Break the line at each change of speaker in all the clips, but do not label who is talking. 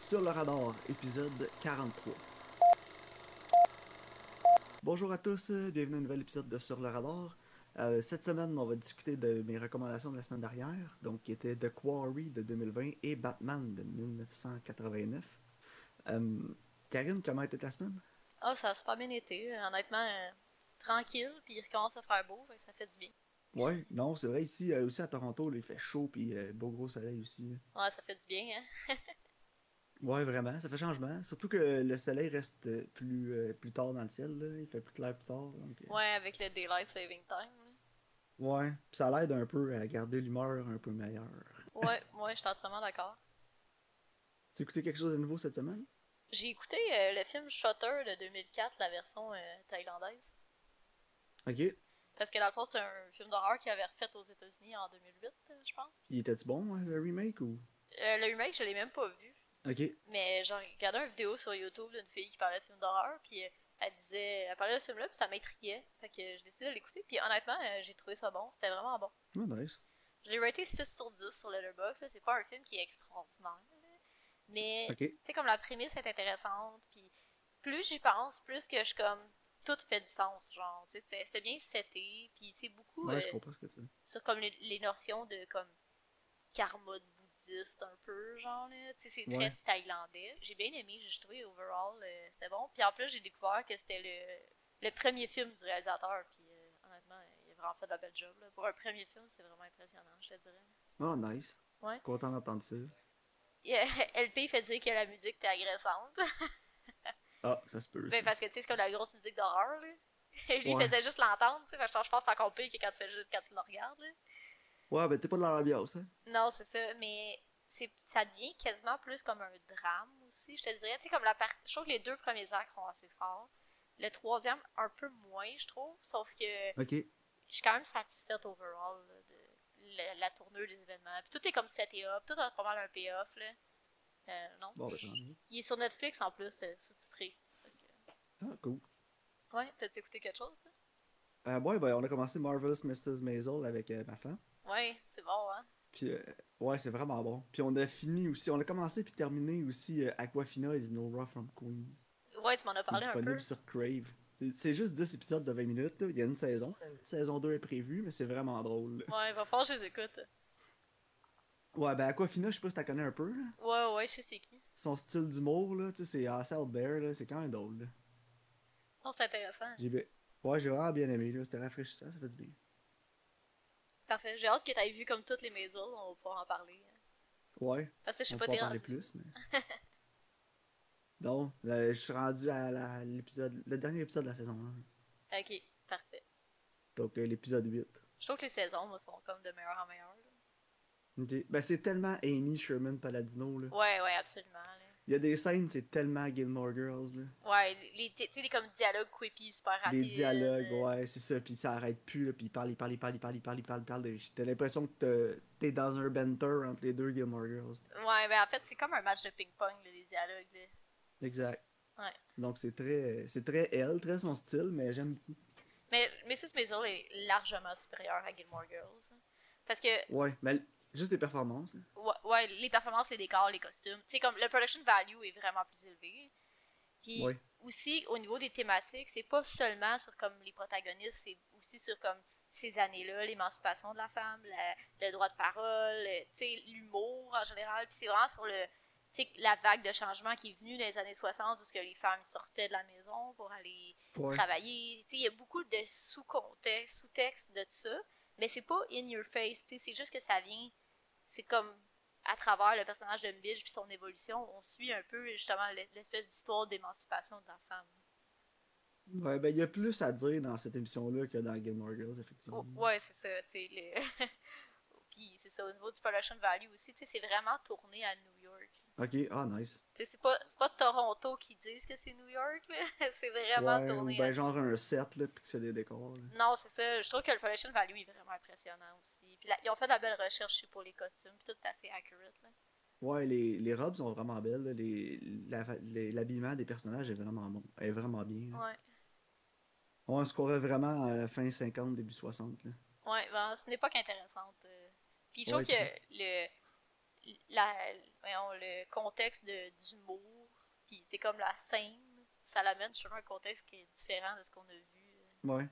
Sur le radar, épisode 43. Bonjour à tous, euh, bienvenue à un nouvel épisode de Sur le radar. Euh, cette semaine, on va discuter de mes recommandations de la semaine dernière, donc qui étaient The Quarry de 2020 et Batman de 1989. Euh, Karine, comment était ta semaine?
Ah, ça a super bien été. euh, Honnêtement, euh, tranquille, puis il recommence à faire beau, fait que ça fait du bien.
Ouais, non, c'est vrai, ici euh, aussi à Toronto, là, il fait chaud puis euh, beau gros soleil aussi. là.
Ouais, ça fait du bien, hein.
Ouais, vraiment, ça fait changement. Surtout que le soleil reste euh, plus, euh, plus tard dans le ciel, là, il fait plus clair plus tard. donc, euh,
Ouais, avec le Daylight Saving Time. là.
Ouais, pis ça l'aide un peu à garder l'humeur un peu meilleure.
Ouais, moi, je suis entièrement d'accord.
Tu as écouté quelque chose de nouveau cette semaine?
J'ai écouté euh, le film Shutter de 2004, la version euh, thaïlandaise.
Ok. Il
Parce que dans le fond, c'est un film d'horreur qui avait refait aux États-Unis en 2008, euh, je pense.
était-tu bon, hein, le remake ou?
Euh, le remake, je l'ai même pas vu.
Ok.
Mais j'ai regardé une vidéo sur YouTube d'une fille qui parlait de films d'horreur, puis euh, elle disait, elle parlait de ce film-là, puis ça m'intriguait. Fait que euh, j'ai décidé de l'écouter, puis honnêtement, euh, j'ai trouvé ça bon, c'était vraiment bon.
Oh, nice.
Je l'ai raté 6 sur 10 sur Letterboxd, là. c'est pas un film qui est extraordinaire, là. mais
Ok.
tu sais, comme la prémisse est intéressante, puis plus j'y pense, plus que je suis comme, tout fait du sens, genre, tu sais, c'est- c'était bien seté, puis c'est beaucoup
Ouais,
euh,
je comprends ce que tu dis.
sur comme les, les notions de comme karma de bouddhiste un peu, genre, là, tu sais, c'est très
Ouais.
thaïlandais. J'ai bien aimé, j'ai trouvé overall, euh, c'était bon, puis en plus j'ai découvert que c'était le, le premier film du réalisateur, puis euh, honnêtement, il a vraiment fait de la belle job, là. pour un premier film, c'est vraiment impressionnant, je te dirais.
Oh, nice.
Ouais.
Content d'entendre ça.
Yeah, LP euh, fait dire que la musique était agressante.
Ah, ça se peut.
Ben,
ça.
parce que tu sais, c'est comme la grosse musique d'horreur. là. Et lui,
Ouais.
il faisait juste l'entendre. tu sais. Fait que Je pense que c'est encore pire que quand tu, fais juste, quand tu le regardes. là.
Ouais, ben t'es pas de la rabiose, hein?
Non, c'est ça. Mais c'est- ça devient quasiment plus comme un drame aussi, je te dirais. Tu sais, comme la part... Je trouve que les deux premiers actes sont assez forts. Le troisième, un peu moins, je trouve. Sauf que
Ok.
je suis quand même satisfaite overall là, de la, la tournure des événements. Puis tout est comme seté up. Tout a pas mal un payoff. là. Euh, non.
Bon, ben
je-
tant mieux.
Il est sur Netflix en plus, euh, sous-titré. Fait que-
Ah, cool.
Ouais, t'as-tu écouté quelque chose, toi?
Euh, ouais, ben on a commencé Marvelous Mrs. Maisel avec euh, ma femme.
Ouais, c'est bon, hein?
Puis, euh, ouais, c'est vraiment bon. Puis on a fini aussi, on a commencé puis terminé aussi euh, Aquafina is Nora from Queens.
Ouais, tu m'en as
C'est
parlé un peu.
disponible sur Crave. C'est- C'est juste 10 épisodes de 20 minutes. là. Il y a une saison. Une saison 2 est prévue, mais c'est vraiment drôle. là.
Ouais, va falloir que je les écoute.
Ouais, ben Aquafina, je sais pas si t'as connais un peu. là.
Ouais, ouais, je sais c'est qui.
Son style d'humour, là, tu sais, c'est assez out there, là. C'est quand même drôle. là.
Non, c'est intéressant.
J'ai bien... Ouais, j'ai vraiment bien aimé, là. C'était rafraîchissant, ça fait du bien.
Parfait, j'ai hâte que t'ailles vu comme toutes les maisons, on va pouvoir en parler. hein.
Ouais,
Parce que je sais
on
pas
peut en
t'es
parler
rendu.
plus, mais... Donc, là, je suis rendu à la- l'épisode... Le dernier épisode de la saison 1.
Ok, parfait.
Donc, euh, l'épisode 8.
Je trouve que les saisons, moi, sont comme de meilleur en meilleur. là.
Ok. Ben, c'est tellement Amy Sherman Paladino, là.
Ouais, ouais, absolument. là.
Il y a des scènes, c'est tellement Gilmore Girls, là.
Ouais, les, tu sais, les comme dialogues quippy super
Les
rapides.
dialogues,
euh,
ouais, c'est ça, puis ça arrête plus, là, puis il parle, il parle, il parle, il parle, il parle, il parle, il parle. de- T'as l'impression que t'es- t'es dans un banter entre les deux Gilmore Girls.
Ouais, ben en fait, c'est comme un match de ping-pong, là, les dialogues. là.
Exact.
Ouais.
Donc c'est très, c'est très elle, très son style, mais j'aime beaucoup.
Mais Mrs. Maisel est largement supérieure à Gilmore Girls. hein. Parce que
Ouais, mais l- juste les performances. hein. là.
Ouais, ouais, les performances, les décors, les costumes. Tu sais, comme le production value est vraiment plus élevé. Puis
Ouais.
aussi, au niveau des thématiques, c'est pas seulement sur comme les protagonistes, c'est aussi sur comme ces années-là, l'émancipation de la femme, la- le droit de parole, euh, tu sais, l'humour en général. Puis c'est vraiment sur le, tu sais, la vague de changement qui est venue dans les années 60 où ce que les femmes sortaient de la maison pour aller
Ouais.
travailler. Tu sais, Il y a beaucoup de sous-contexte, sous-texte de ça, mais c'est pas in your face. tu sais, C'est juste que ça vient. C'est comme à travers le personnage de Midge puis son évolution, on suit un peu justement l'e- l'espèce d'histoire d'émancipation de la femme.
Ouais, ben il y a plus à dire dans cette émission-là que dans Gilmore Girls, effectivement.
O- Oh, ouais, c'est ça. tu sais, le- puis c'est ça, au niveau du production value aussi, tu sais, c'est vraiment tourné à New York.
Ok, ah nice.
Tu sais, C'est pas, c'est pas Toronto qui disent que c'est New York, là. c'est vraiment
ouais,
tourné hein.
ou
à
ben genre un set là, puis que c'est des décors. là.
Non, c'est ça. Je trouve que le production value est vraiment impressionnant aussi. Puis la- ils ont fait de la belle recherche pour les costumes, puis tout est assez accurate. Là.
Ouais, les, les robes sont vraiment belles, là, les, la- les- l'habillement des personnages est vraiment bon, est vraiment bien. là.
Ouais.
On se croirait vraiment à la fin 50, début 60. Là.
Ouais, ben, c'est une époque intéressante. euh. Puis je
Ouais,
trouve que le, la, voyons, le contexte de- d'humour, puis c'est comme la scène, ça l'amène sur un contexte qui est différent de ce qu'on a vu.
Ouais.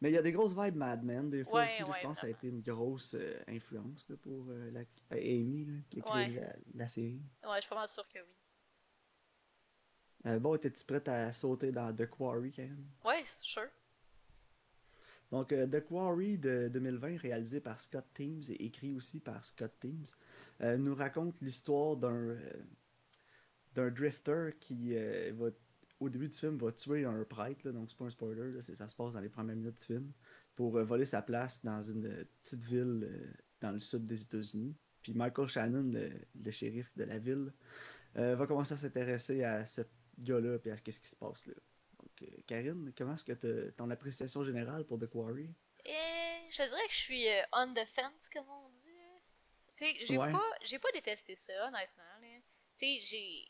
Mais il y a des grosses vibes Mad Men, des fois
Ouais,
aussi, là,
ouais,
je pense que ça a
vraiment.
été une grosse euh, influence là, pour euh, la, euh, Amy, là, qui a créé
Ouais.
la, la série.
Ouais, je suis pas mal sûre que oui.
Euh, bon, étais-tu prête à sauter dans The Quarry, Karen?
Ouais, c'est sûr.
Donc, euh, The Quarry de 2020, réalisé par Scott Teams et écrit aussi par Scott Teams, euh, nous raconte l'histoire d'un euh, d'un drifter qui, euh, va, au début du film, va tuer un prêtre. là, donc, c'est pas un spoiler, là, c'est- ça se passe dans les premières minutes du film, pour euh, voler sa place dans une euh, petite ville euh, dans le sud des États-Unis. Puis Michael Shannon, le, le shérif de la ville, euh, va commencer à s'intéresser à ce gars-là et à ce qui se passe là. Donc, euh, Karine, comment est-ce que t'as- ton appréciation générale pour The Quarry?
Et je dirais que je suis euh, on the fence, comme on dit. là. Tu sais, j'ai
Ouais.
pas, j'ai pas détesté ça, honnêtement. là. Tu sais, j'ai.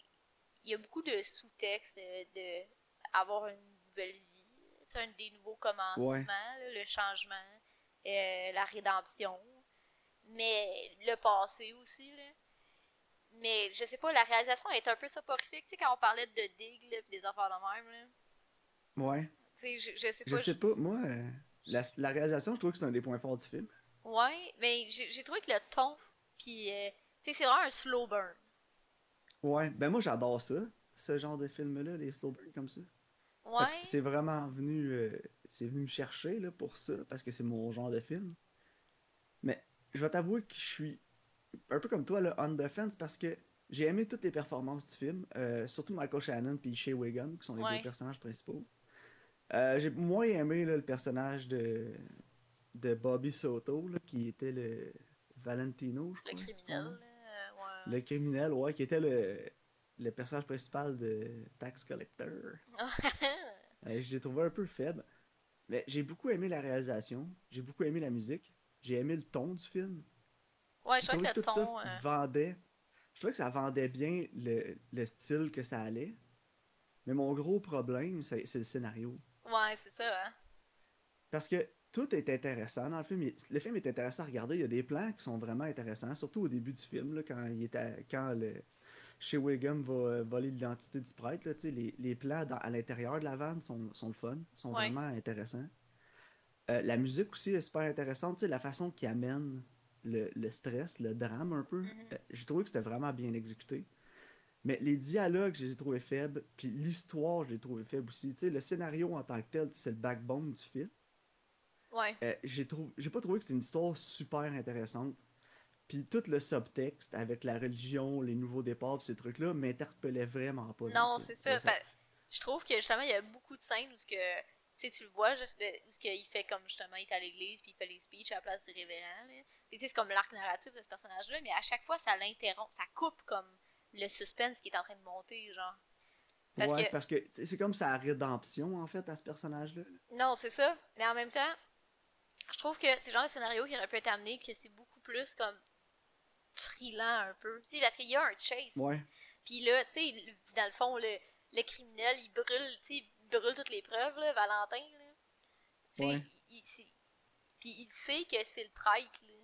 Il y a beaucoup de sous-textes euh, de avoir une nouvelle vie, tu sais, un des nouveaux commencements,
Ouais.
là, le changement, euh, la rédemption, mais le passé aussi. Là. Mais je sais pas, la réalisation est un peu soporifique, tu sais, quand on parlait de Dig, là, pis des enfants de même. Là.
Ouais.
Tu sais, je, je sais
Je
pas.
sais
je-
pas, moi, euh, la, la réalisation, je trouve que c'est un des points forts du film.
Ouais, mais j'ai j'ai trouvé que le ton, puis euh, tu sais, c'est vraiment un slow burn.
Ouais, ben moi, j'adore ça, ce genre de film-là, les slow burns comme ça. Fait que
Ouais,
Ah, C'est vraiment venu, euh, c'est venu me chercher là, pour ça, parce que c'est mon genre de film. Mais je vais t'avouer que je suis un peu comme toi, là, on the fence, parce que j'ai aimé toutes les performances du film, euh, surtout Michael Shannon puis Shea Wiggum, qui sont les
Ouais.
deux personnages principaux. Euh, j'ai moins aimé là, le personnage de, de Bobby Soto, là, qui était le Valentino, je crois,
le
son nom.
criminel, là, euh, ouais.
Le criminel, ouais, qui était le, le personnage principal de Tax Collector. Euh, je l'ai trouvé un peu faible. Mais j'ai beaucoup aimé la réalisation. J'ai beaucoup aimé la musique. J'ai aimé le ton du film.
ouais, je
Je
trouve
trouvais
que le
tout
ton,
ça
euh,
vendait. Je trouvais que ça vendait bien le, le style que ça allait. Mais mon gros problème, c'est c'est le scénario.
ouais, c'est ça, hein.
Parce que tout est intéressant dans le film. Il- Le film est intéressant à regarder. Il y a des plans qui sont vraiment intéressants, surtout au début du film, là, quand il est à- quand le chez Wiggum va euh, voler l'identité du prêtre. là, tu sais, les, les plans dans- à l'intérieur de la vanne sont, sont le fun, sont
Ouais.
vraiment intéressants. Euh, la musique aussi est super intéressante. tu sais, La façon qui amène le, le stress, le drame un peu,
Mhm.
euh, j'ai trouvé que c'était vraiment bien exécuté. Mais les dialogues, je les ai trouvés faibles. Puis l'histoire, je les ai trouvés faibles aussi. Tu sais, le scénario en tant que tel, c'est le backbone du film.
Ouais,
Euh, j'ai trouv- j'ai pas trouvé que c'était une histoire super intéressante. Puis tout le subtexte avec la religion, les nouveaux départs, pis ces trucs-là m'interpellait vraiment pas. dans
non,
le film.
c'est ça.
Euh, ça-
fait- je trouve que justement, il y a beaucoup de scènes où, ce que, tu sais, tu le vois, juste de- où ce qu'il fait comme justement, il est à l'église, puis il fait les speeches à la place du révérend, là. Puis tu sais, c'est comme l'arc narratif de ce personnage-là, mais à chaque fois, ça l'interrompt, ça coupe comme le suspense qui est en train de monter, genre. parce
ouais,
que-
parce que tu sais, c'est comme sa rédemption en fait à ce personnage-là.
Non, c'est ça. Mais en même temps, je trouve que c'est le genre de scénario qui aurait pu être amené, que c'est beaucoup plus comme thrillant un peu. Tu sais, parce qu'il y a un chase.
Ouais,
Puis là, tu sais, le- dans le fond, le, le criminel, il brûle, tu sais, il brûle toutes les preuves, là, Valentin, là. Tu sais,
Ouais.
il, c'est- puis il sait que c'est le prêtre, là.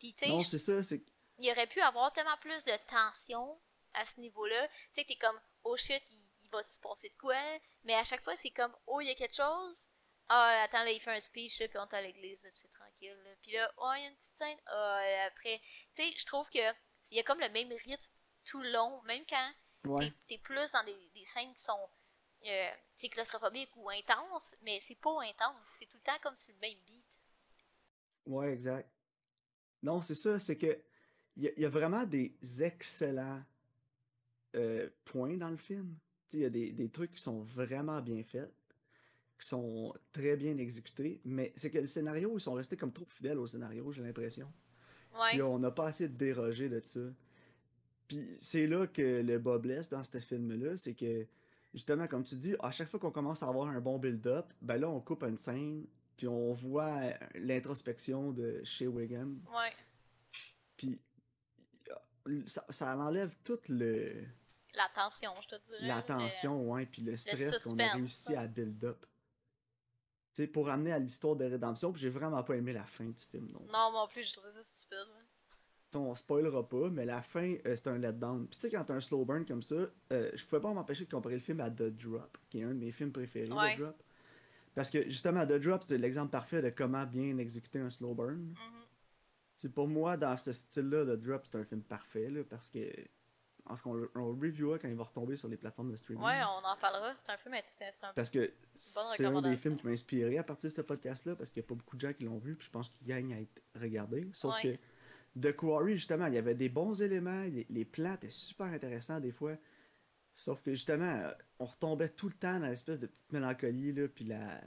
Puis tu sais,
non,
je-
c'est ça, c'est
il aurait pu avoir tellement plus de tension à ce niveau-là. Tu sais, t'es comme, oh shit, il, il va-tu se passer de quoi? Mais à chaque fois, c'est comme, oh, il y a quelque chose. Ah, attends, là, il fait un speech, là, puis on est à l'église, là, puis c'est tranquille. Là. Puis là, oh, il y a une petite scène. Ah, et après. Tu sais, je trouve que il y a comme le même rythme tout le long, même quand
ouais,
t'es t'es plus dans des, des scènes qui sont euh, c'est claustrophobiques ou intenses, mais c'est pas intense. C'est tout le temps comme sur le même beat.
ouais, exact. Non, c'est ça, c'est que il y, a- il y a vraiment des excellents euh, points dans le film. Tu sais, Il y a des, des trucs qui sont vraiment bien faits, qui sont très bien exécutés, mais c'est que le scénario, ils sont restés comme trop fidèles au scénario, j'ai l'impression.
Ouais.
Puis on n'a pas assez dérogé de ça. Puis c'est là que le bas blesse dans ce film-là, c'est que justement, comme tu dis, à chaque fois qu'on commence à avoir un bon build-up, ben là on coupe une scène, puis on voit euh, l'introspection de chez Wiggum.
Ouais.
Puis euh, ça, ça enlève toute le,
La tension, je te dirais.
la
le-
tension, ouais, puis le stress qu'on a
euh, suspense,
réussi
ouais.
à build-up. Tu sais, pour amener à l'histoire de rédemption, puis j'ai vraiment pas aimé la fin du film. Non.
Non, moi en plus, j'ai trouvé ça stupide. là.
sais, on spoilera pas, mais la fin, euh, c'est un letdown. Puis tu sais, quand t'as un slow burn comme ça, euh, je pouvais pas m'empêcher de comparer le film à The Drop, qui est un de mes films préférés,
Ouais.
The Drop. Parce que justement, The Drop, c'est l'exemple parfait de comment bien exécuter un slow burn.
Mhm.
C'est pour moi, dans ce style-là, The Drop, c'est un film parfait, là, parce que. En ce qu'on le- on le reviewera quand il va retomber sur les plateformes de streaming.
Ouais, on en parlera. C'est un peu, mais c'est c'est un peu.
Parce que c'est un des
recommandation.
films qui m'a inspiré à partir de ce podcast-là, parce qu'il n'y a pas beaucoup de gens qui l'ont vu, puis je pense qu'il gagne à être regardé. Sauf
Ouais.
que The Quarry, justement, il y avait des bons éléments, les, les plans étaient super intéressants des fois. Sauf que justement, euh, on retombait tout le temps dans l'espèce de petite mélancolie, là, puis la,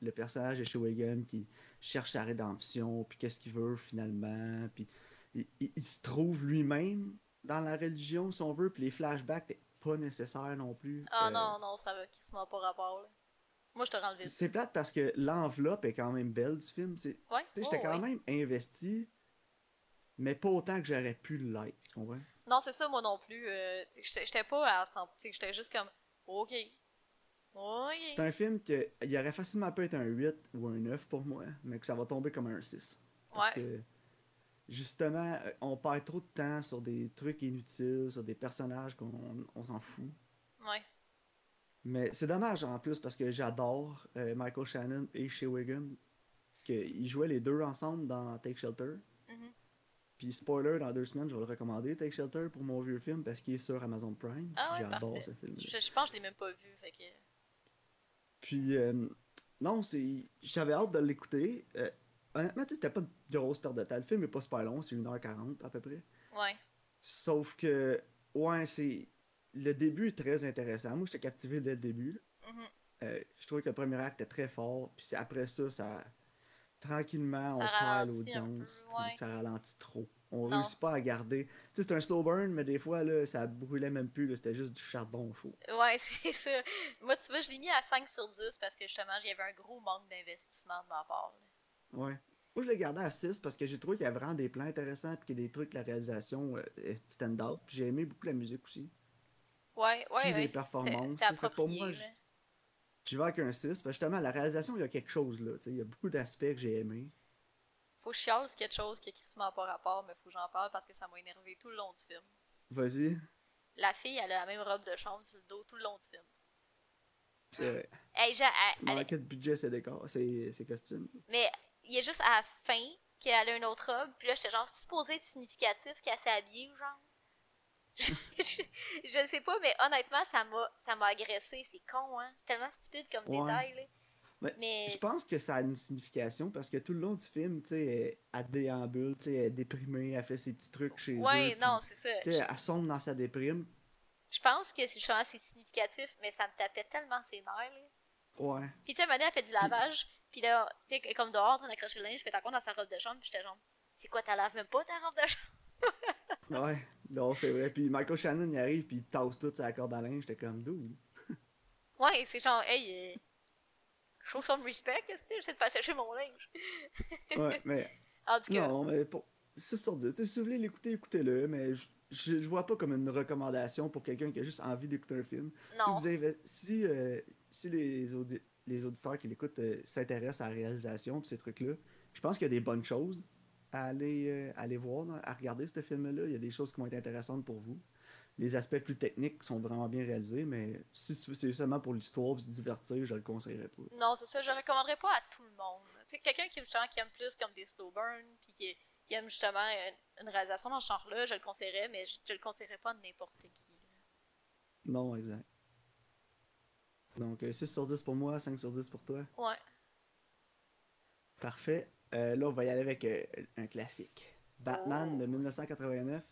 le personnage de Shawinigan qui cherche sa rédemption, puis qu'est-ce qu'il veut finalement, puis il, il- il se trouve lui-même dans la religion, si on veut, puis les flashbacks, t'es pas nécessaire non plus.
Ah
Euh,
non, non, ça va quasiment pas rapport, là. Moi, je te rends le vide.
c'est plate parce que l'enveloppe est quand même belle du film. c'est- Tu
Ouais.
sais, j'étais
oh,
quand
oui.
même investi, mais pas autant que j'aurais pu l'être, tu comprends?
Non, c'est ça, moi non plus. euh, t'sais, j'étais j'étais pas à 100%. t'sais, J'étais juste comme, OK.
C'est
OK.
un film que il aurait facilement pu être un 8 ou un 9 pour moi, mais que ça va tomber comme un 6. Parce
Ouais.
que, justement, euh, on perd trop de temps sur des trucs inutiles, sur des personnages qu'on on, s'en fout.
Ouais.
Mais c'est dommage en plus parce que j'adore euh, Michael Shannon et Shawinigan, qu'ils jouaient les deux ensemble dans Take Shelter.
Mhm.
Puis spoiler, dans deux semaines, je vais le recommander, Take Shelter, pour mon vieux film, parce qu'il est sur Amazon Prime.
Ah
puis
ouais,
J'adore
parfait.
ce film.
Je, je pense que je l'ai même pas vu. Fait que...
Puis, euh, non, c'est j'avais hâte de l'écouter. Euh, honnêtement, tu sais, c'était pas une grosse perte de temps. Le film est pas super long, c'est 1h40 à peu près.
Ouais.
Sauf que, ouais, c'est. Le début est très intéressant. Moi, j'étais captivé dès le début. là.
Mhm.
Euh, je trouvais que le premier acte était très fort. Puis c'est- après ça, ça. Tranquillement,
Ça
on perd
ralentit un peu,
l'audience.
ouais.
Ça ralentit trop. On
Non.
réussit pas à garder. Tu sais, c'est un slow burn, mais des fois, là, ça brûlait même plus. là, C'était juste du charbon chaud.
Ouais, c'est ça. Moi, tu vois, je l'ai mis à 5 sur 10 parce que justement, j'y avait un gros manque d'investissement de ma part. là.
Ouais. Moi, je l'ai gardé à 6 parce que j'ai trouvé qu'il y avait vraiment des plans intéressants. Puis qu'il y a des trucs, la réalisation euh, est stand-out. Puis j'ai aimé beaucoup la musique aussi.
Ouais, ouais,
Puis
ouais.
les performances,
C'était
ça fait pour
approprié.
moi,
là.
je- J'y vais avec un 6. Parce que justement, la réalisation, il y a quelque chose là. tu sais, Il y a beaucoup d'aspects que j'ai aimé.
Faut que je chiale sur quelque chose qui a crissement pas rapport, mais faut que j'en parle parce que ça m'a énervé tout le long du film.
Vas-y.
Ah, La fille, elle a la même robe de chambre sur le dos tout le long du film.
C'est vrai.
Hey, j'ai- elle- elle-
Manquait de budget, ces décors, ces ces costumes.
Mais il y a juste à la fin qu'elle a une autre robe, puis là, j'étais genre, c'est supposé être significatif qu'elle s'est habillée ou genre? je, je, je sais pas, mais honnêtement, ça m'a, ça m'a agressé. C'est con, hein? C'est tellement stupide comme
Ouais.
détail, là.
Mais
Mais,
Je pense que ça a une signification parce que tout le long du film, tu sais, elle elle déambule, tu sais, elle est déprimée, elle fait ses petits trucs chez eux.
ouais,
puis,
non, c'est ça.
Tu sais, elle sombre dans sa déprime.
Je, je pense que c'est- justement, c'est significatif, mais ça me tapait tellement ses nerfs, là.
Ouais.
Puis tu sais, à un moment donné, elle fait du lavage, puis là, tu sais, elle est comme dehors, en train d'accrocher le linge, puis t'as compte dans sa robe de chambre, puis j'étais genre, c'est quoi, t'as laves même pas ta robe de chambre?
Ouais. Non, c'est vrai. Puis Michael Shannon, il arrive, puis il tasse tout sa corde à linge. J'étais comme, dude.
Ouais, c'est genre, hey, euh, show some respect, qu'est-ce que c'est? J'essaie de faire sécher mon linge.
Ouais, mais
En tout cas,
non, mais pour. C'est sur 10. Tu sais, Si vous voulez l'écouter, écoutez-le, mais je, je, je vois pas comme une recommandation pour quelqu'un qui a juste envie d'écouter un film. Si,
non.
vous avez- si, euh, si les, audi- les auditeurs qui l'écoutent euh, s'intéressent à la réalisation et ces trucs-là, je pense qu'il y a des bonnes choses à aller, euh, à aller voir, dans- à regarder ce film-là. Il y a des choses qui vont être intéressantes pour vous. Les aspects plus techniques sont vraiment bien réalisés, mais si c'est c'est seulement pour l'histoire et se divertir, je le conseillerais pas.
Non, c'est ça, je le recommanderais pas à tout le monde. Tu sais, quelqu'un qui, justement, qui aime plus comme des slow burn, puis qui, qui aime justement euh, une, une réalisation dans ce genre-là, je le conseillerais, mais je, je le conseillerais pas à n'importe qui.
Non, exact. Donc, euh, 6 sur 10 pour moi, 5 sur 10 pour toi.
Ouais.
Parfait. Euh, là, on va y aller avec euh, un classique. Batman
Oh.
de 1989.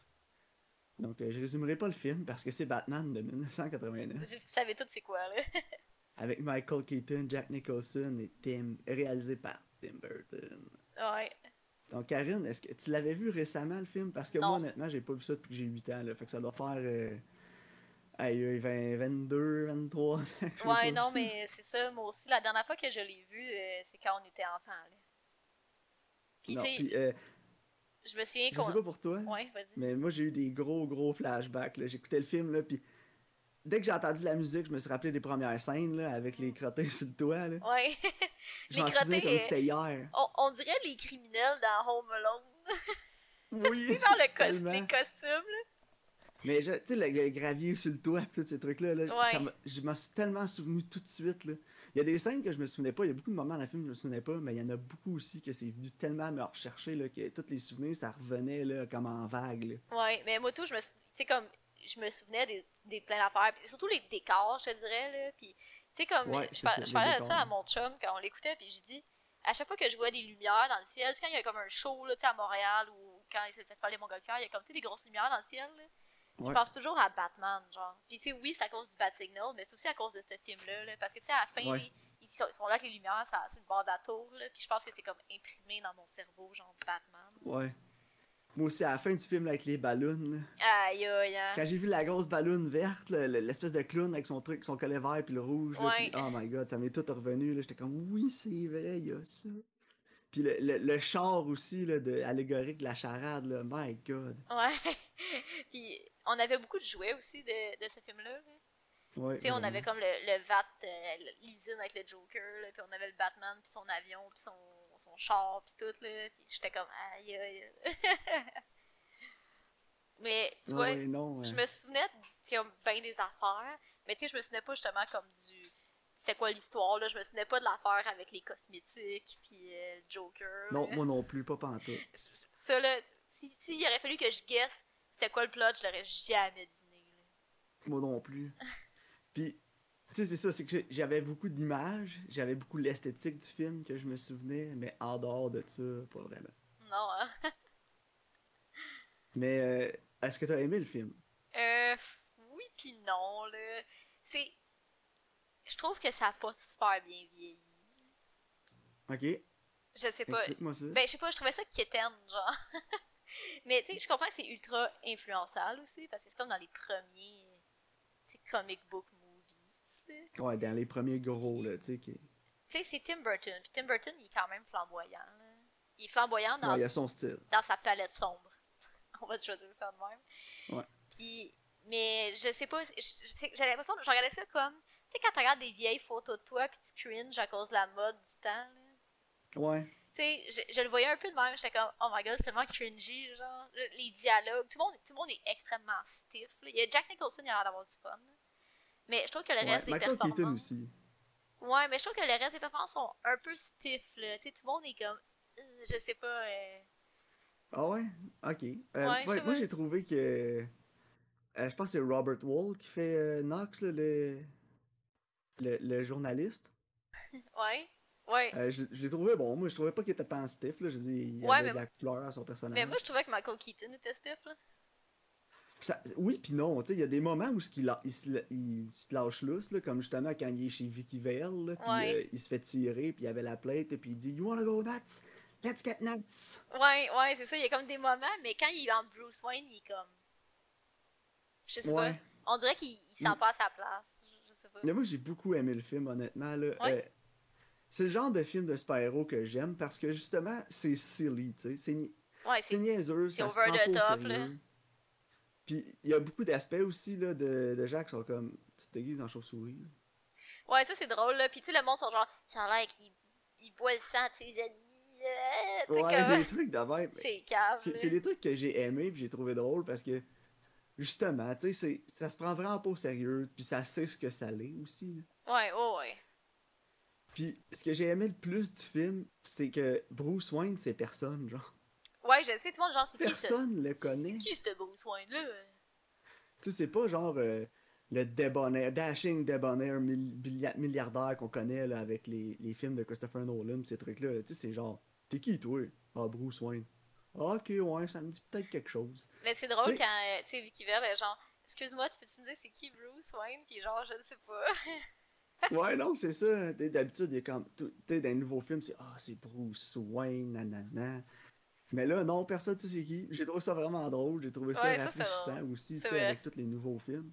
Donc, euh, je résumerai pas le film parce que c'est Batman de 1989
Vous, vous savez tous c'est quoi, là.
avec Michael Keaton, Jack Nicholson et Tim, réalisé par Tim Burton.
Ouais.
Donc, Karine, est-ce que tu l'avais vu récemment le film Parce que
Non.
moi, honnêtement, j'ai pas vu ça depuis que j'ai 8 ans. Là, fait que ça doit faire euh, aïe, aïe, 20, 22, 23. ans que j'ai pas
Ouais,
vu
non,
ça.
mais c'est ça, moi aussi, la dernière fois que je l'ai vu, euh, c'est quand on était enfant, là. Puis,
Non,
tu sais,
puis, euh,
je me souviens
je sais
qu'on.
pas pour toi.
Ouais, vas-y.
Mais moi, j'ai eu des gros, gros flashbacks. là. J'écoutais le film, là, puis dès que j'ai entendu la musique, je me suis rappelé des premières scènes, là, avec les crottés sur le toit, là.
Ouais.
Je
Les
m'en souviens
crottés,
comme
euh,
si c'était hier.
on, on dirait les criminels dans Home Alone.
Oui.
C'est genre le cos-
Tellement.
les costumes, là.
Mais je- tu sais, le, le gravier sur le toit, pis tous ces trucs-là, là,
Ouais.
ça me- je m'en suis tellement souvenu tout de suite. Là. Il y a des scènes que je me souvenais pas, il y a beaucoup de moments dans le film que je me souvenais pas, mais il y en a beaucoup aussi que c'est venu tellement me rechercher là, que tous les souvenirs, ça revenait là, comme en vague. là.
Ouais, mais moi tout, je me, sou- tu sais comme, je me souvenais des, des plein d'affaires, puis surtout les décors, je te dirais là, puis tu sais comme,
Ouais,
je,
c'est
par-
ça,
je
les
parlais de
décors.
ça à mon chum quand on l'écoutait, puis j'ai dit, à chaque fois que je vois des lumières dans le ciel, tu sais, quand il y a comme un show là, tu sais, à Montréal ou quand c'est le festival des montgolfières, il y a comme tu sais, des grosses lumières dans le ciel. là.
Ouais.
Je pense toujours à Batman, genre. Puis tu sais, oui, c'est à cause du Bat Signal, mais c'est aussi à cause de ce film-là, là, parce que tu sais, à la fin,
Ouais.
les- ils, sont, ils sont là avec les lumières, ça, c'est une bande à tour, là, puis je pense que c'est comme imprimé dans mon cerveau, genre Batman.
Ouais. Moi aussi, à la fin du film là, avec les ballons, là,
Aïe, aïe, hein.
quand j'ai vu la grosse ballonne verte, là, le- l'espèce de clown avec son truc, son collet vert puis le rouge, là,
Ouais.
puis, oh my god, ça m'est tout revenu. là. J'étais comme, oui, c'est vrai, il y a ça. Puis le, le- le char aussi, là, de, allégorique de la charade, là, my god.
Ouais. Puis on avait beaucoup de jouets aussi de, de ce film-là. là.
Ouais,
Tu sais, on
vraiment.
avait comme le, le VAT, euh, l'usine avec le Joker, là, puis on avait le Batman, puis son avion, puis son, son char, puis tout. Là, puis j'étais comme aïe aïe. Mais tu
Ouais,
vois,
ouais, non,
je
euh,
me souvenais de comme bien des affaires, mais tu sais, je me souvenais pas justement comme du. C'était quoi l'histoire, là? Je me souvenais pas de l'affaire avec les cosmétiques, puis euh, le Joker.
Non,
là.
moi non plus, pas pantoute.
Ça, là, s'il si, il aurait fallu que je guesse c'était quoi le plot, je l'aurais jamais deviné. là.
Moi non plus. Puis, tu sais, c'est ça, c'est que j'ai- j'avais beaucoup d'images, j'avais beaucoup l'esthétique du film que je me souvenais, mais en dehors de ça, pas vraiment.
Non, hein.
Mais euh, est-ce que t'as aimé le film?
Euh, oui pis non, là. C'est... Je trouve que ça a pas super bien vieilli.
Ok,
Je sais pas.
explique-moi ça.
Ben, je sais pas, je trouvais ça quétaine, genre. Mais, tu sais, je comprends que c'est ultra influençable aussi, parce que c'est comme dans les premiers, tu sais, comic book movies. là.
Ouais, dans les premiers gros, là, tu sais, qui...
Tu sais, c'est Tim Burton, pis Tim Burton, il est quand même flamboyant, là. Il est flamboyant dans
Ouais, il a son style.
dans sa palette sombre. On va toujours dire ça de même.
Ouais.
Puis, mais je sais pas, je- je sais- j'ai l'impression, je regardais ça comme, tu sais, quand tu regardes des vieilles photos de toi, puis tu cringes à cause de la mode du temps, là.
Ouais,
Tu sais, je, je le voyais un peu de même, j'étais comme, oh my god, c'est tellement cringy, genre, Le- les dialogues, tout le monde, tout le monde est extrêmement stiff, là. Il y a Jack Nicholson, il a l'air d'avoir du fun, là. Mais je trouve que le
ouais.
reste des
Michael
performances...
Keaton aussi.
Ouais, mais je trouve que le reste des performances sont un peu stiff, là. Tu sais, tout le monde est comme, euh, je sais pas, euh,
Ah ouais? Ok. Euh, ouais,
je sais
moi,
pas.
j'ai trouvé que... euh, je pense que c'est Robert Wall qui fait euh, Knox, là, le- le, le journaliste.
ouais, ouais.
Euh, je je l'ai trouvé bon. Moi, je trouvais pas qu'il était tant stiff. Là. Je veux dire, il y
Ouais,
avait
mais-
de la couleur à son personnage.
Mais moi, je trouvais que Michael Keaton était stiff, là.
Ça- oui, puis non. tu sais, Il y a des moments où ce qu'il la- il, se, la- il se lâche lousse, là, comme justement quand il est chez Vicky Vale. là, puis
Ouais.
euh, il se fait tirer, puis il avait la plainte, et puis il dit You wanna go nuts? Let's get nuts!
Ouais, ouais, c'est ça. Il y a comme des moments, mais quand il est en Bruce Wayne, il est comme. Je sais
Ouais.
pas. On dirait qu'il il sent
Mm.
pas à sa place. Je- Je sais pas.
Mais moi, j'ai beaucoup aimé le film, honnêtement. là.
Ouais.
Euh, c'est le genre de film de super-héros que j'aime parce que justement, c'est silly. tu sais, C'est ni-
Ouais,
C'est
c'est.
niaiseux,
c'est
ça se
over
prend
the
pas au
top, là.
sérieux. Puis il y a beaucoup d'aspects aussi là, de, de gens qui sont comme tu te déguises en chauve-souris. là.
Ouais, ça, c'est drôle, là. Puis, tu sais, le monde sont genre. Ça a l'air qu'il il boit le sang de ses ennemis. là. Tu sais,
Ouais,
comme-
des trucs de même. mais
C'est cave.
C'est
là.
c'est des trucs que j'ai aimé puis j'ai trouvé drôle parce que justement, tu sais, c'est- ça se prend vraiment pas au sérieux, puis ça sait ce que ça l'est aussi. là.
Ouais, ouais, ouais.
Puis ce que j'ai aimé le plus du film, c'est que Bruce Wayne, c'est personne, genre.
Ouais, je sais, tout le monde, genre, c'est qui ce.
Personne le
C'est
connaît.
qui ce Bruce Wayne-là?
Tu sais, c'est pas genre euh, le débonnaire, dashing débonnaire mil- billia- milliardaire qu'on connaît là, avec les, les films de Christopher Nolan, pis ces trucs-là. Tu sais, c'est genre, t'es qui toi? Ah, Bruce Wayne. Ah, ok, ouais, ça me dit peut-être quelque chose.
Mais c'est drôle
Tu sais-
quand, euh, tu sais, Vicky Vale est genre. Excuse-moi, tu peux-tu me dire c'est qui Bruce Wayne? Puis, genre, je ne sais pas.
Ouais, non, c'est ça. T'es- D'habitude, il est comme, tu sais, dans les nouveaux films, c'est ah, c'est Bruce Wayne, nanana. Mais là, non, personne sait c'est qui. J'ai trouvé ça vraiment drôle. J'ai trouvé ça
Ouais, ça, c'est
rafraîchissant
drôle.
aussi,
C'est
tu sais,
vrai.
avec tous les nouveaux films.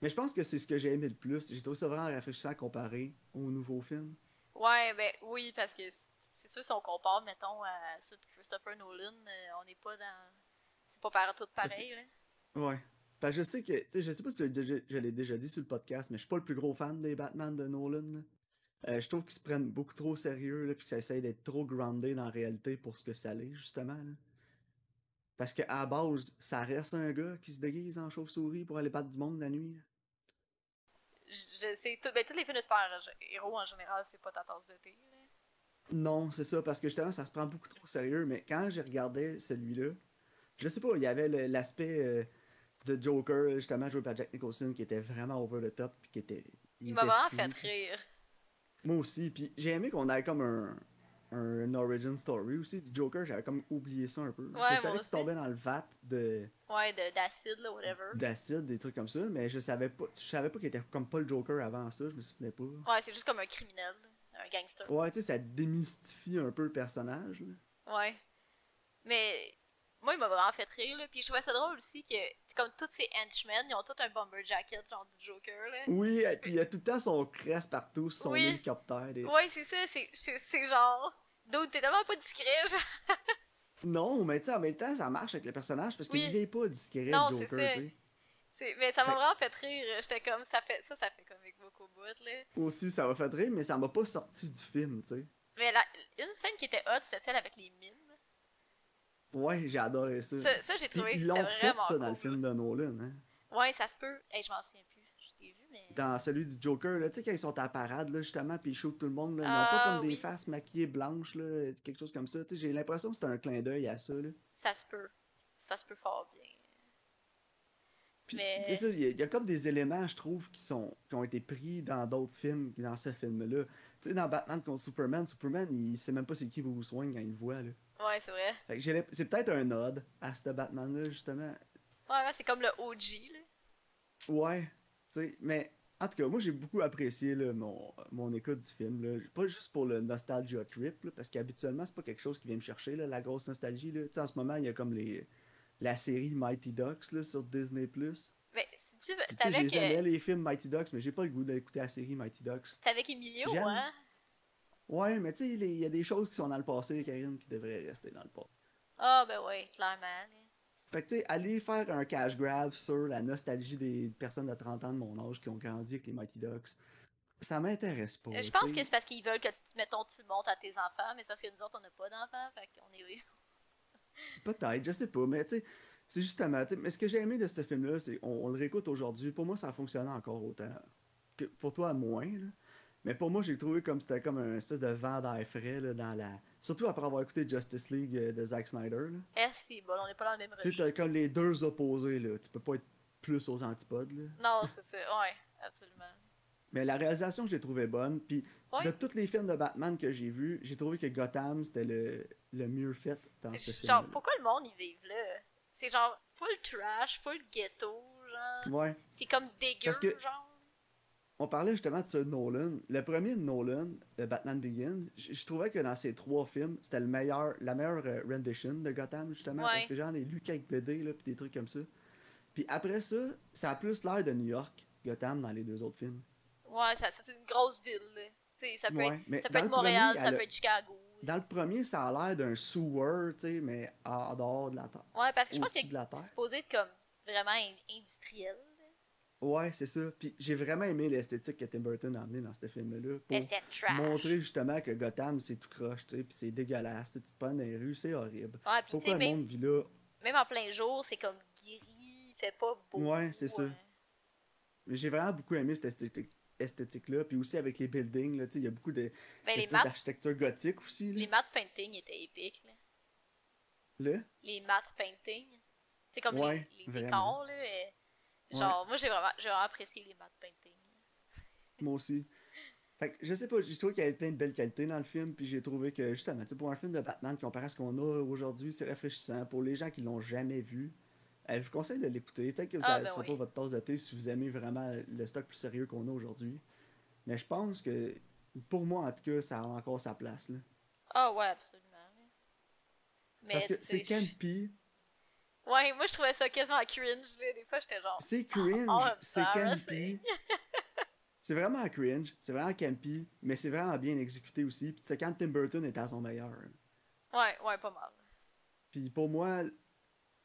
Mais je pense que c'est ce que j'ai aimé le plus. J'ai trouvé ça vraiment rafraîchissant comparé aux nouveaux films.
Ouais, ben oui, parce que c- c'est sûr, si on compare, mettons, à ceux de Christopher Nolan, euh, on n'est pas dans. C'est pas par tout
c'est-
pareil, là.
Ouais. Parce que je sais que, tu sais, je sais pas si tu l'as déjà- je l'ai déjà dit sur le podcast, mais je suis pas le plus gros fan des Batman de Nolan. là. Euh, je trouve qu'ils se prennent beaucoup trop au sérieux, là, puis que ça essaye d'être trop grounded dans la réalité pour ce que ça l'est, justement. là. Parce qu'à la base, ça reste un gars qui se déguise en chauve-souris pour aller battre du monde la nuit. là.
Je- Je sais, tout, ben, tous les films de super-héros en général, c'est pas ta tasse de thé. là.
Non, c'est ça, parce que justement, ça se prend beaucoup trop au sérieux, mais quand j'ai regardé celui-là, je sais pas, il y avait le- l'aspect euh, de Joker, justement, joué par Jack Nicholson, qui était vraiment over the top, puis qui était...
Il
était
m'a vraiment
fou,
fait
tu sais.
rire.
Moi aussi, puis j'ai aimé qu'on ait comme un, un origin story aussi du Joker, j'avais comme oublié ça un peu.
Ouais,
je savais
moi
qu'il tombait dans le vat de
Ouais, de- d'acide, là, whatever.
d'acide, des trucs comme ça, mais je savais pas, je savais pas qu'il était comme pas le Joker avant ça, je me souvenais pas.
Ouais, c'est juste comme un criminel, là, un gangster.
Ouais, tu sais, ça démystifie un peu le personnage. là.
Ouais. Mais moi, il m'a vraiment fait rire, là. Puis je trouvais ça drôle aussi que, c'est comme tous ces henchmen, ils ont tous un bomber jacket, genre du Joker, là.
Oui, et puis il y a tout le temps son crest partout, son
Oui.
hélicoptère. des-
Ouais, c'est ça, c'est- c'est c'est genre. D'autres, t'es tellement pas discret, genre.
Non, mais tu sais, en même temps, ça marche avec le personnage parce
Oui.
qu'il est pas discret,
Non,
le
c'est
Joker,
ça.
tu sais.
C'est- Mais ça m'a
Fait-
vraiment fait rire. J'étais comme, ça fait ça, ça fait comique beaucoup bout, là.
Aussi, ça m'a fait rire, mais ça m'a pas sorti du film, tu sais.
Mais la- une scène qui était hot, c'était celle avec les mimes.
Ouais, j'ai adoré ça.
Ça, ça, j'ai
Puis
trouvé que
Euh, ils
c'était
l'ont fait,
vraiment
ça, dans le
cool.
film de Nolan, hein.
Ouais, ça se peut. Hey, je m'en souviens plus. Je l'ai vu, mais.
Dans celui du Joker, là, tu sais, quand ils sont à la parade, là, justement, puis ils shootent tout le monde, là, ils ont
Ah,
pas comme
oui.
des faces maquillées blanches, là, quelque chose comme ça, tu sais, j'ai l'impression que c'est un clin d'œil à ça, là.
Ça se peut. Ça se peut fort bien.
Puis,
Mais-
tu sais ça, il y, a- il y a comme des éléments, je trouve, qui, sont, qui ont été pris dans d'autres films, que dans ce film-là. Tu sais, dans Batman contre Superman, Superman, il sait même pas c'est qui Bruce Wayne quand il le voit, là.
Ouais, c'est vrai.
Fait que j'ai l'imp- c'est peut-être un nod à ce Batman-là, justement.
Ouais, ouais, c'est comme le OG, là.
Ouais, tu sais, mais... En tout cas, moi j'ai beaucoup apprécié là, mon, mon écoute du film. Là. Pas juste pour le nostalgia trip, là, parce qu'habituellement, c'est pas quelque chose qui vient me chercher, là, la grosse nostalgie. Là. Tu sais, En ce moment, il y a comme les la série Mighty Ducks là, sur Disney.
Mais si tu veux,
Puis, tu
c'est
sais,
avec,
j'ai aimé
euh,
les films Mighty Ducks, mais j'ai pas le goût d'écouter la série Mighty Ducks.
c'est avec Emilio,
J'aime.
hein?
Ouais, mais tu sais, il y a des choses qui sont dans le passé, Karine, qui devraient rester dans le passé.
Ah, ben ouais, clairement. là.
Fait que tu sais, aller faire un cash grab sur la nostalgie des personnes de 30 ans de mon âge qui ont grandi avec les Mighty Ducks, ça m'intéresse pas.
je pense
tu
que
sais.
c'est parce qu'ils veulent que, tu, mettons, tu le montres à tes enfants, mais c'est parce que nous autres, on n'a pas d'enfants, fait qu'on est.
Peut-être, je sais pas, mais tu sais, c'est justement. tu sais, Mais ce que j'ai aimé de ce film-là, c'est on, on le réécoute aujourd'hui. Pour moi, ça fonctionnait encore autant. Que pour toi, moins. là. Mais pour moi, j'ai trouvé comme c'était comme un espèce de vent d'air frais là, dans la. Surtout après avoir écouté Justice League euh, de Zack Snyder. là.
Eh, c'est bon, on n'est pas dans le même
Tu sais, t'as
registre.
comme les deux opposés, là. Tu peux pas être plus aux antipodes, là.
Non, c'est ça, ouais, absolument.
Mais la réalisation, je l'ai trouvée bonne. Puis
Ouais.
de tous les films de Batman que j'ai vus, j'ai trouvé que Gotham, c'était le, le mieux fait dans ce
Je-
film.
Genre, pourquoi le monde y vive là? C'est genre full trash, full ghetto, genre.
Ouais.
C'est comme dégueu,
Parce que-
genre.
On parlait justement de ce Nolan. Le premier de Nolan, le Batman Begins, je je trouvais que dans ces trois films, c'était le meilleur, la meilleure euh, rendition de Gotham, justement,
Ouais.
parce que j'en ai lu quelques BD, là, puis des trucs comme ça. Puis après ça, ça a plus l'air de New York, Gotham, dans les deux autres films.
Ouais, ça, ça, c'est une grosse ville, là. T'sais, ça peut
Ouais,
être,
mais
ça peut
dans
être
le premier,
Montréal, ça
elle a-
peut être Chicago.
Dans le premier, ça a l'air d'un sewer, tu sais, mais en dehors de la terre.
Ouais, parce que je pense que
au-dessus de la
c'est
terre.
supposé être comme vraiment in- industriel. là.
Ouais, c'est ça. Puis j'ai vraiment aimé l'esthétique que Tim Burton a amenée dans ce film-là.
Elle
Pour
était trash.
montrer justement que Gotham, c'est tout croche, tu sais, puis c'est dégueulasse. Tu sais, tu te prends dans les rues, c'est horrible.
Ouais, puis tu
Pourquoi
sais,
le
même,
monde vit là?
même en plein jour, c'est comme gris, il fait pas beau.
Ouais, c'est ça. Mais j'ai vraiment beaucoup aimé cette esthétique- esthétique-là. Puis aussi avec les buildings, là, tu sais, il y a beaucoup de-
Ben, les
d'espèces
maths,
d'architecture gothique aussi.
les
Là.
matte painting étaient épiques, là.
Là.
les matte painting. C'est comme
Ouais,
les, les
vraiment.
décors, là. euh, Genre, moi, j'ai vraiment, j'ai vraiment apprécié les matte painting.
moi aussi. Fait que, je sais pas, j'ai trouvé qu'il y avait plein de belles qualités dans le film. Puis j'ai trouvé que justement, tu sais, pour un film de Batman, comparé à ce qu'on a aujourd'hui, c'est rafraîchissant. Pour les gens qui l'ont jamais vu, euh, je vous conseille de l'écouter. Peut-être que
Ah,
ça ne
ben
sera
oui.
pas votre tasse de thé si vous aimez vraiment le stock plus sérieux qu'on a aujourd'hui. Mais je pense que, pour moi en tout cas, ça a encore sa place. Là.
Ah ouais, absolument. Mais
Parce que
tu sais,
c'est campy,
je- Ouais, moi je trouvais ça quasiment cringe. là. Des fois j'étais genre.
C'est cringe,
Oh, I'm
c'est
sorry.
campy. C'est vraiment cringe, c'est vraiment campy, mais c'est vraiment bien exécuté aussi. Puis c'est quand Tim Burton est à son meilleur.
Ouais, ouais, pas mal.
Puis pour moi,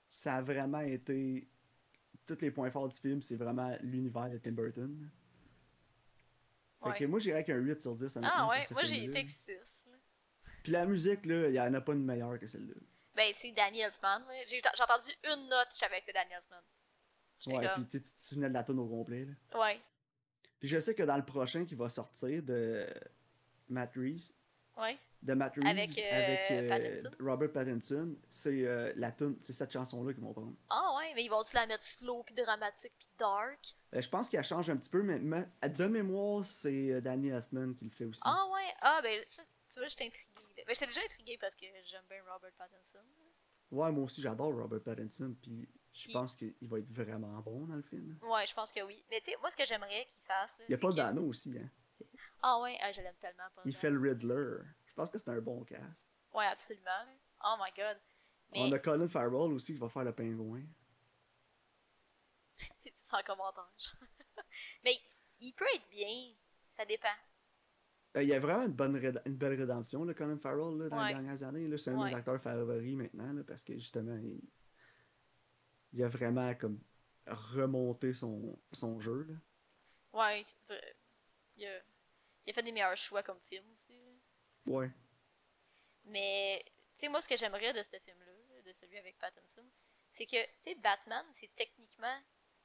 ça a vraiment été. Tous les points forts du film, c'est vraiment l'univers de Tim Burton. Fait
Ouais.
que moi, j'irais avec un 8 sur 10. honnêtement,
Ah
pour
ouais,
ce
moi j'ai
film-là.
été que 6. là.
Puis la musique, là, il n'y en a pas de meilleure que celle-là.
Ben, ben c'est Danny Elfman. ouais. J'ai j'ai entendu une note, je savais que c'était Danny Elfman. J'étais
Ouais, puis
comme,
tu sais, tu te souvenais de la tonne au complet. là.
ouais,
Puis je sais que dans le prochain qui va sortir de Matt Reeves,
ouais.
de Matt Reeves
Avec,
avec,
euh, Pattinson.
Robert Pattinson, c'est euh, la tune, c'est cette chanson-là qu'ils vont prendre.
Ah ouais, mais ils vont-tu la mettre slow, puis dramatique, puis dark?
Euh, je pense qu'elle change un petit peu, mais, mais de mémoire, c'est euh, Danny Huffman qui le fait aussi.
Ah ouais, ah ben ça, tu vois, j'étais intriguée. Ben j'étais déjà intriguée parce que j'aime bien Robert Pattinson.
Ouais, moi aussi, j'adore Robert Pattinson, puis je
Il-
pense qu'il va être vraiment bon dans le film.
Ouais, je pense que oui. Mais tu sais, moi ce que j'aimerais qu'il fasse... là,
Il y a
c'est
pas
que-
Dano aussi, hein.
Ah ouais, ah, je l'aime tellement pas.
Il
Dan.
fait le Riddler. Je pense que c'est un bon cast.
Ouais, absolument. Oh my god. Mais
On a Colin Farrell aussi qui va faire le pingouin.
sans commentaire. mais il peut être bien, ça dépend.
Euh, il y a vraiment une, bonne réda- une belle rédemption, là, Colin Farrell, là, dans
Ouais.
les dernières années. là. C'est un de
Ouais.
mes acteurs favoris maintenant, là, parce que justement, il... il a vraiment comme remonté son, son jeu. là.
Ouais, euh, il a, il a fait des meilleurs choix comme film aussi. là.
Ouais.
Mais, tu sais, moi, ce que j'aimerais de ce film-là, de celui avec Pattinson, c'est que, tu sais, Batman, c'est techniquement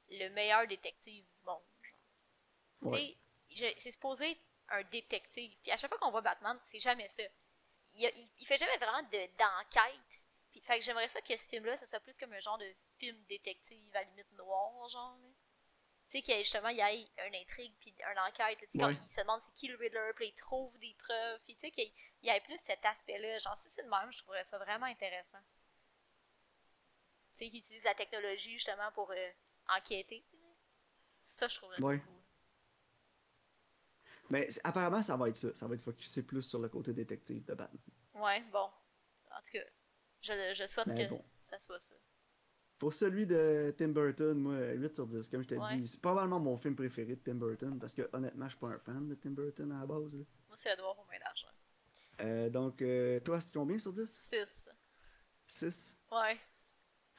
le meilleur détective du monde. genre.
Ouais.
Tu sais, je- c'est supposé être un détective. Puis à chaque fois qu'on voit Batman, c'est jamais ça. Il, a- il- il fait jamais vraiment de- d'enquête. Puis, fait que j'aimerais ça que ce film-là, ça soit plus comme un genre de film détective, à la limite noir, genre. là. Tu sais, qu'il y ait justement, il y ait une intrigue, puis une enquête. là, tu sais,
Ouais.
comme il se demande c'est qui le Riddler, puis il trouve des preuves. Puis, tu sais, qu'il y ait- il y avait plus cet aspect-là. Genre, si c'est le même, je trouverais ça vraiment intéressant. Tu sais, qu'ils utilisent la technologie justement pour euh, enquêter. là. Ça, je trouverais
Ouais.
ça cool.
Mais c'est- apparemment, ça va être ça. Ça va être focusé plus sur le côté détective de Batman.
Ouais, bon. En tout cas, je, je souhaite
Mais
que
Ben, bon.
ça soit ça.
Pour celui de Tim Burton, moi, 8 sur 10, comme je t'ai
Ouais.
dit, c'est probablement mon film préféré de Tim Burton, parce que honnêtement, je suis pas un fan de Tim Burton à la base. là.
Moi, c'est Edouard au ménage. hein.
Euh, donc, euh, toi, c'est combien sur 10?
Six.
6.
Ouais.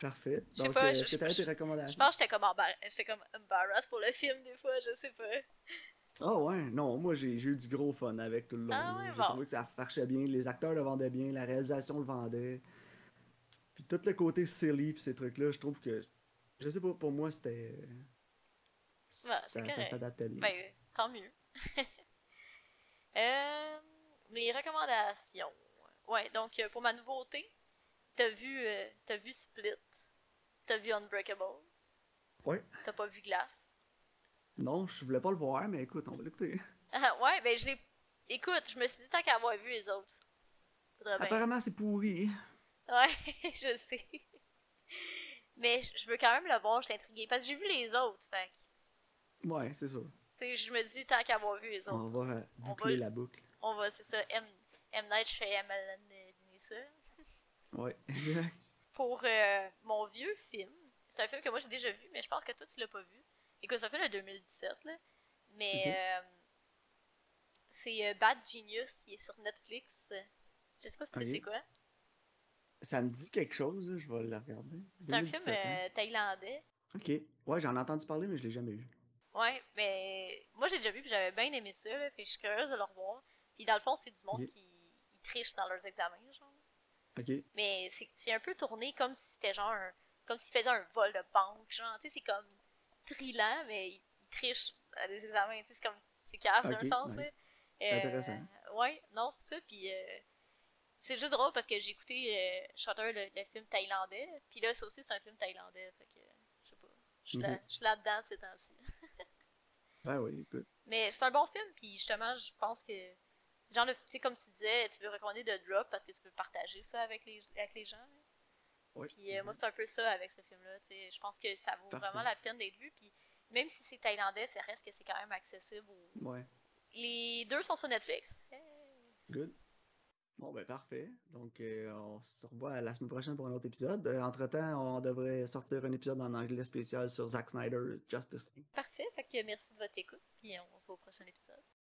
Parfait.
Je sais
Donc,
pas,
euh,
je-
est-ce que
je-
t'avais tes
je- Je
recommandations?
pense que j'étais comme, embar... j'étais comme embarrassed pour le film des fois, je sais pas.
Ah ouais, non, moi j'ai j'ai eu du gros fun avec tout le long.
Ah
là.
ouais,
j'ai
bon.
trouvé que ça marchait bien, les acteurs le vendaient bien, la réalisation le vendait. Puis tout le côté silly puis ces trucs-là, je trouve que je sais pas pour moi c'était
Ouais, c'est
ça, ça
correct.
s'adaptait bien.
Ben, euh, tant mieux. euh, mes recommandations. Ouais, donc euh, pour ma nouveauté, t'as vu, euh, t'as vu Split, t'as vu Unbreakable,
Ouais.
t'as pas vu Glass.
Non, je voulais pas le voir, mais écoute, on va l'écouter.
Ah, ouais, ben je l'ai. Écoute, je me suis dit tant qu'à avoir vu les autres. faudrait bien-
Apparemment c'est pourri.
Ouais, je sais. Mais je je veux quand même le voir, je suis intriguée. Parce que j'ai vu les autres, fait que,
Ouais, c'est sûr.
tu sais, je me dis tant qu'à avoir vu les autres.
On va euh,
On va-
boucler la boucle.
On va, c'est ça, M, M. Night Shyamalan euh, Nissa.
Ouais, exact.
pour euh, mon vieux film. C'est un film que moi j'ai déjà vu, mais je pense que toi tu l'as pas vu. Écoute, c'est un film de 2017, là. Mais
Ok.
euh, c'est euh, Bad Genius, il est sur Netflix. Je sais pas si tu
Ok.
sais quoi.
Ça me dit quelque chose, je vais le regarder.
C'est un film
2017, hein.
euh, thaïlandais.
Ok, ouais, j'en ai entendu parler, mais je l'ai jamais vu.
Ouais, mais moi j'ai déjà vu puis j'avais bien aimé ça, là, fait que je suis curieuse de le revoir. Puis dans le fond, c'est du monde
Ok.
qui qui triche dans leurs examens, genre.
Ok,
Mais c'est c'est un peu tourné comme si c'était genre un- comme s'il faisait un vol de banque, genre, tu sais, c'est comme trilant, mais il il triche à des examens, tu sais, c'est comme, c'est cave
Ok,
d'un sens,
nice.
là.
C'est
Euh,
intéressant.
Ouais, non, c'est ça, puis euh, c'est juste drôle parce que j'ai écouté euh, Shutter, le, le film thaïlandais, puis là, ça aussi, c'est un film thaïlandais, fait que, je sais pas, je suis là-
Ok.
je suis là-dedans de ces temps-ci.
ben oui, écoute.
Mais c'est un bon film, puis justement, je pense que. c'est Genre, le- tu sais, comme tu disais, tu peux recommander de Drop parce que tu peux partager ça avec les, avec les gens. là.
Ouais,
Puis euh, moi,
exact.
c'est un peu ça avec ce film-là. tu sais. Je pense que ça vaut
Parfait.
vraiment la peine d'être vu. Puis même si c'est thaïlandais, ça reste que c'est quand même accessible. aux-
Ouais.
Les deux sont sur Netflix. Hey.
Good. Bon, ben parfait. Donc, euh, on se revoit la semaine prochaine pour un autre épisode. Euh, entre-temps, on devrait sortir un épisode en anglais spécial sur Zack Snyder's Justice League.
Parfait. Fait que merci de votre écoute. Puis on se voit au prochain épisode.